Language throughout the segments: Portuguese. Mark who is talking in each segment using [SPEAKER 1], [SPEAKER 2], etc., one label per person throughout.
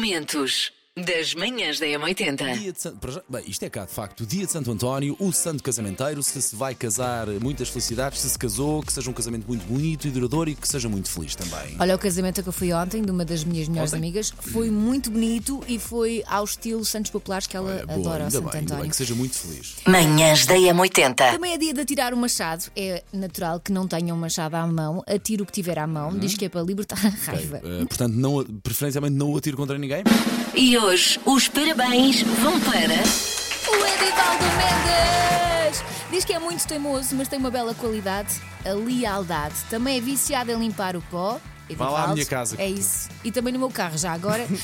[SPEAKER 1] Momentos das manhãs da M80.
[SPEAKER 2] Dia de Santo- para já- Bem, isto é cá, de facto. Dia de Santo António, o santo casamenteiro. Se se vai casar, muitas felicidades. Se se casou, que seja um casamento muito bonito e duradouro e que seja muito feliz também.
[SPEAKER 3] Olha, o casamento a que eu fui ontem, de uma das minhas melhores
[SPEAKER 2] Ontem?
[SPEAKER 3] amigas, foi muito bonito e foi ao estilo Santos Populares que ela
[SPEAKER 2] Olha, boa,
[SPEAKER 3] adora, ao
[SPEAKER 2] ainda
[SPEAKER 3] Santo
[SPEAKER 2] bem, ainda
[SPEAKER 3] António.
[SPEAKER 2] bem, que seja muito feliz.
[SPEAKER 1] Manhãs da M80.
[SPEAKER 3] Também é dia de atirar o machado. É natural que não tenham machado à mão. Atira o que tiver à
[SPEAKER 2] Uhum.
[SPEAKER 3] mão. Diz que é para libertar a raiva.
[SPEAKER 2] Eh, portanto, não, preferencialmente não o atiro contra ninguém.
[SPEAKER 1] E hoje os parabéns vão para.
[SPEAKER 3] O Edivaldo Mendes! Diz que é muito teimoso, mas tem uma bela qualidade, a lealdade. Também é viciado em limpar o pó.
[SPEAKER 2] Vá lá à minha casa.
[SPEAKER 3] É isso. E também no meu carro, já agora.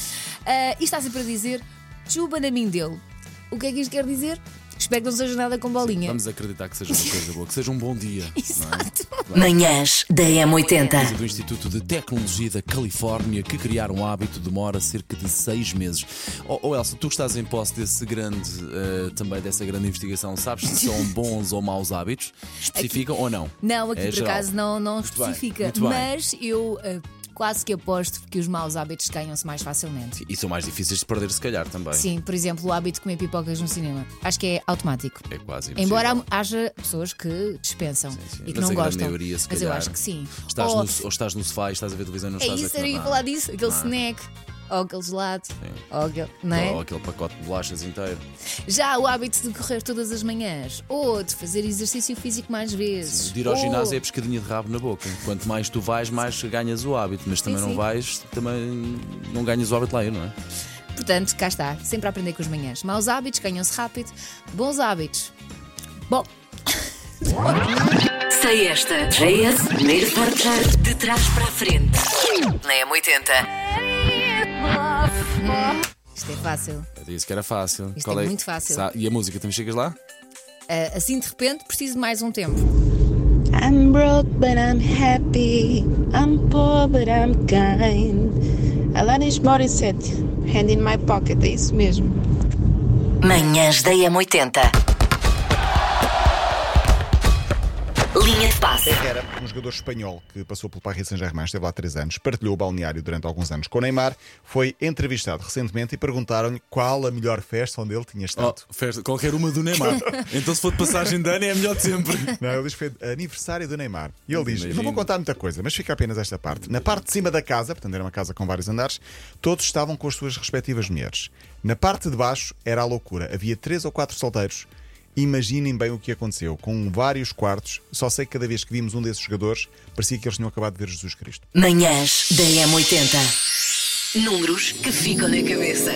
[SPEAKER 3] Ah, e está sempre a dizer chuba na mim dele. O que é que isto quer dizer? Espero que não seja nada com bolinha.
[SPEAKER 2] Vamos acreditar que seja uma coisa boa, que seja um bom dia. não é?
[SPEAKER 3] Exato.
[SPEAKER 1] Manhãs da M80.
[SPEAKER 2] do Instituto de Tecnologia da Califórnia que criar um hábito demora cerca de seis meses. Oh, oh, Elsa, tu que estás em posse desse grande, eh, também dessa grande investigação, sabes se são bons ou maus hábitos? Especificam ou não?
[SPEAKER 3] Não, aqui
[SPEAKER 2] É
[SPEAKER 3] por
[SPEAKER 2] geral.
[SPEAKER 3] acaso não, não
[SPEAKER 2] Muito bem,
[SPEAKER 3] especifica.
[SPEAKER 2] muito bem.
[SPEAKER 3] mas eu ah, quase que aposto que os maus hábitos ganham-se mais facilmente.
[SPEAKER 2] E são mais difíceis de perder, se calhar, também.
[SPEAKER 3] Sim, por exemplo, o hábito de comer pipocas no cinema. Acho que é automático.
[SPEAKER 2] É quase impossível.
[SPEAKER 3] Embora haja pessoas que dispensam
[SPEAKER 2] sim.
[SPEAKER 3] e que
[SPEAKER 2] Mas
[SPEAKER 3] não
[SPEAKER 2] a grande
[SPEAKER 3] gostam.
[SPEAKER 2] maioria, se
[SPEAKER 3] mas eu
[SPEAKER 2] calhar.
[SPEAKER 3] acho que sim.
[SPEAKER 2] Estás
[SPEAKER 3] Ou-
[SPEAKER 2] no, ou estás no sofá e estás a ver televisão e não
[SPEAKER 3] Oh. é
[SPEAKER 2] estás a
[SPEAKER 3] isso,
[SPEAKER 2] comer
[SPEAKER 3] era ia
[SPEAKER 2] nada.
[SPEAKER 3] falar disso. Aquele snack, ou aquele gelado, ou aquele. Não é?
[SPEAKER 2] Ou aquele pacote de bolachas inteiro.
[SPEAKER 3] Já o hábito de correr todas as manhãs, ou de fazer exercício físico mais vezes.
[SPEAKER 2] De ir ao
[SPEAKER 3] ou-
[SPEAKER 2] ginásio é pescadinha de rabo na boca. Quanto mais tu vais, mais ganhas o hábito. Mas também não
[SPEAKER 3] sim.
[SPEAKER 2] vais, também não ganhas o hábito lá, não é?
[SPEAKER 3] Portanto, cá está, sempre a aprender com as manhãs. Maus hábitos ganham-se rápido, bons hábitos. Bom,
[SPEAKER 1] Sei esta. JS, primeiro forte de trás para a frente. Na M80.
[SPEAKER 3] isto é fácil.
[SPEAKER 2] Eu disse que era fácil.
[SPEAKER 3] Isto é muito fácil.
[SPEAKER 2] Sa- E a música, também chegas lá?
[SPEAKER 3] Ah, assim de repente, preciso de mais um tempo.
[SPEAKER 4] I'm broke, but I'm happy. I'm poor, but I'm kind. Alanis Morissette, hand in my pocket, é isso mesmo.
[SPEAKER 1] Manhãs da M80. Linha de passe.
[SPEAKER 5] Herrera, um jogador espanhol que passou pelo Paris Saint-Germain, esteve lá três anos, partilhou o balneário durante alguns anos com Neymar, foi entrevistado recentemente e perguntaram-lhe qual a melhor festa onde ele tinha
[SPEAKER 2] Oh,
[SPEAKER 5] estado.
[SPEAKER 2] festa, qualquer uma do Neymar. então, se for de passagem de ano, é a melhor de sempre.
[SPEAKER 5] Não, ele diz que foi aniversário do Neymar. E ele diz:
[SPEAKER 2] Imagino.
[SPEAKER 5] Não vou contar muita coisa, mas fica apenas esta parte. Na parte de cima da casa, portanto era uma casa com vários andares, todos estavam com as suas respectivas mulheres. Na parte de baixo era a loucura. Havia três ou quatro solteiros. Imaginem bem o que aconteceu, com vários quartos. Só sei que cada vez que vimos um desses jogadores, parecia que eles tinham acabado de ver Jesus Cristo.
[SPEAKER 1] Manhãs da M80. Números que ficam na cabeça.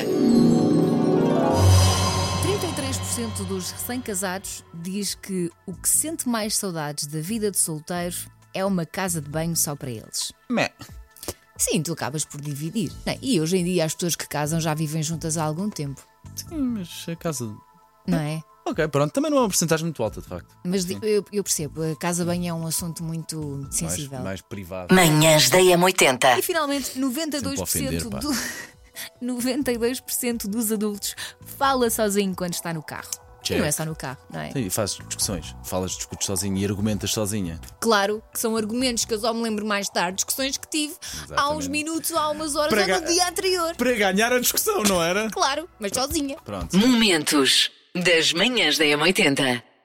[SPEAKER 3] 33% dos recém-casados diz que o que sente mais saudades da vida de solteiro é uma casa de banho só para eles. Sim, tu acabas por dividir. não é? E hoje em dia as pessoas que casam já vivem juntas há algum tempo,
[SPEAKER 2] Sim, mas a casa.
[SPEAKER 3] não é?
[SPEAKER 2] Ok, pronto. Também não é uma porcentagem muito alta, de facto.
[SPEAKER 3] Mas de- eu, eu percebo, a casa de banho é um assunto muito
[SPEAKER 2] Mais,
[SPEAKER 3] sensível.
[SPEAKER 2] mais privada.
[SPEAKER 1] Manhãs da
[SPEAKER 3] E
[SPEAKER 1] M80.
[SPEAKER 3] finalmente, 92%
[SPEAKER 2] ofender, pá.
[SPEAKER 3] do... 92% dos adultos fala sozinho quando está no carro. E
[SPEAKER 2] Check.
[SPEAKER 3] Não é só no carro, não é?
[SPEAKER 2] Sim, fazes discussões, falas, discutes sozinha e argumentas sozinha.
[SPEAKER 3] Claro que são argumentos que eu só me lembro mais tarde, discussões que tive há uns minutos, há umas horas
[SPEAKER 2] Para
[SPEAKER 3] ou
[SPEAKER 2] ga-
[SPEAKER 3] no dia anterior.
[SPEAKER 2] Para ganhar a discussão, não era?
[SPEAKER 3] Claro, mas sozinha.
[SPEAKER 2] Pronto.
[SPEAKER 1] Momentos das manhãs da M80.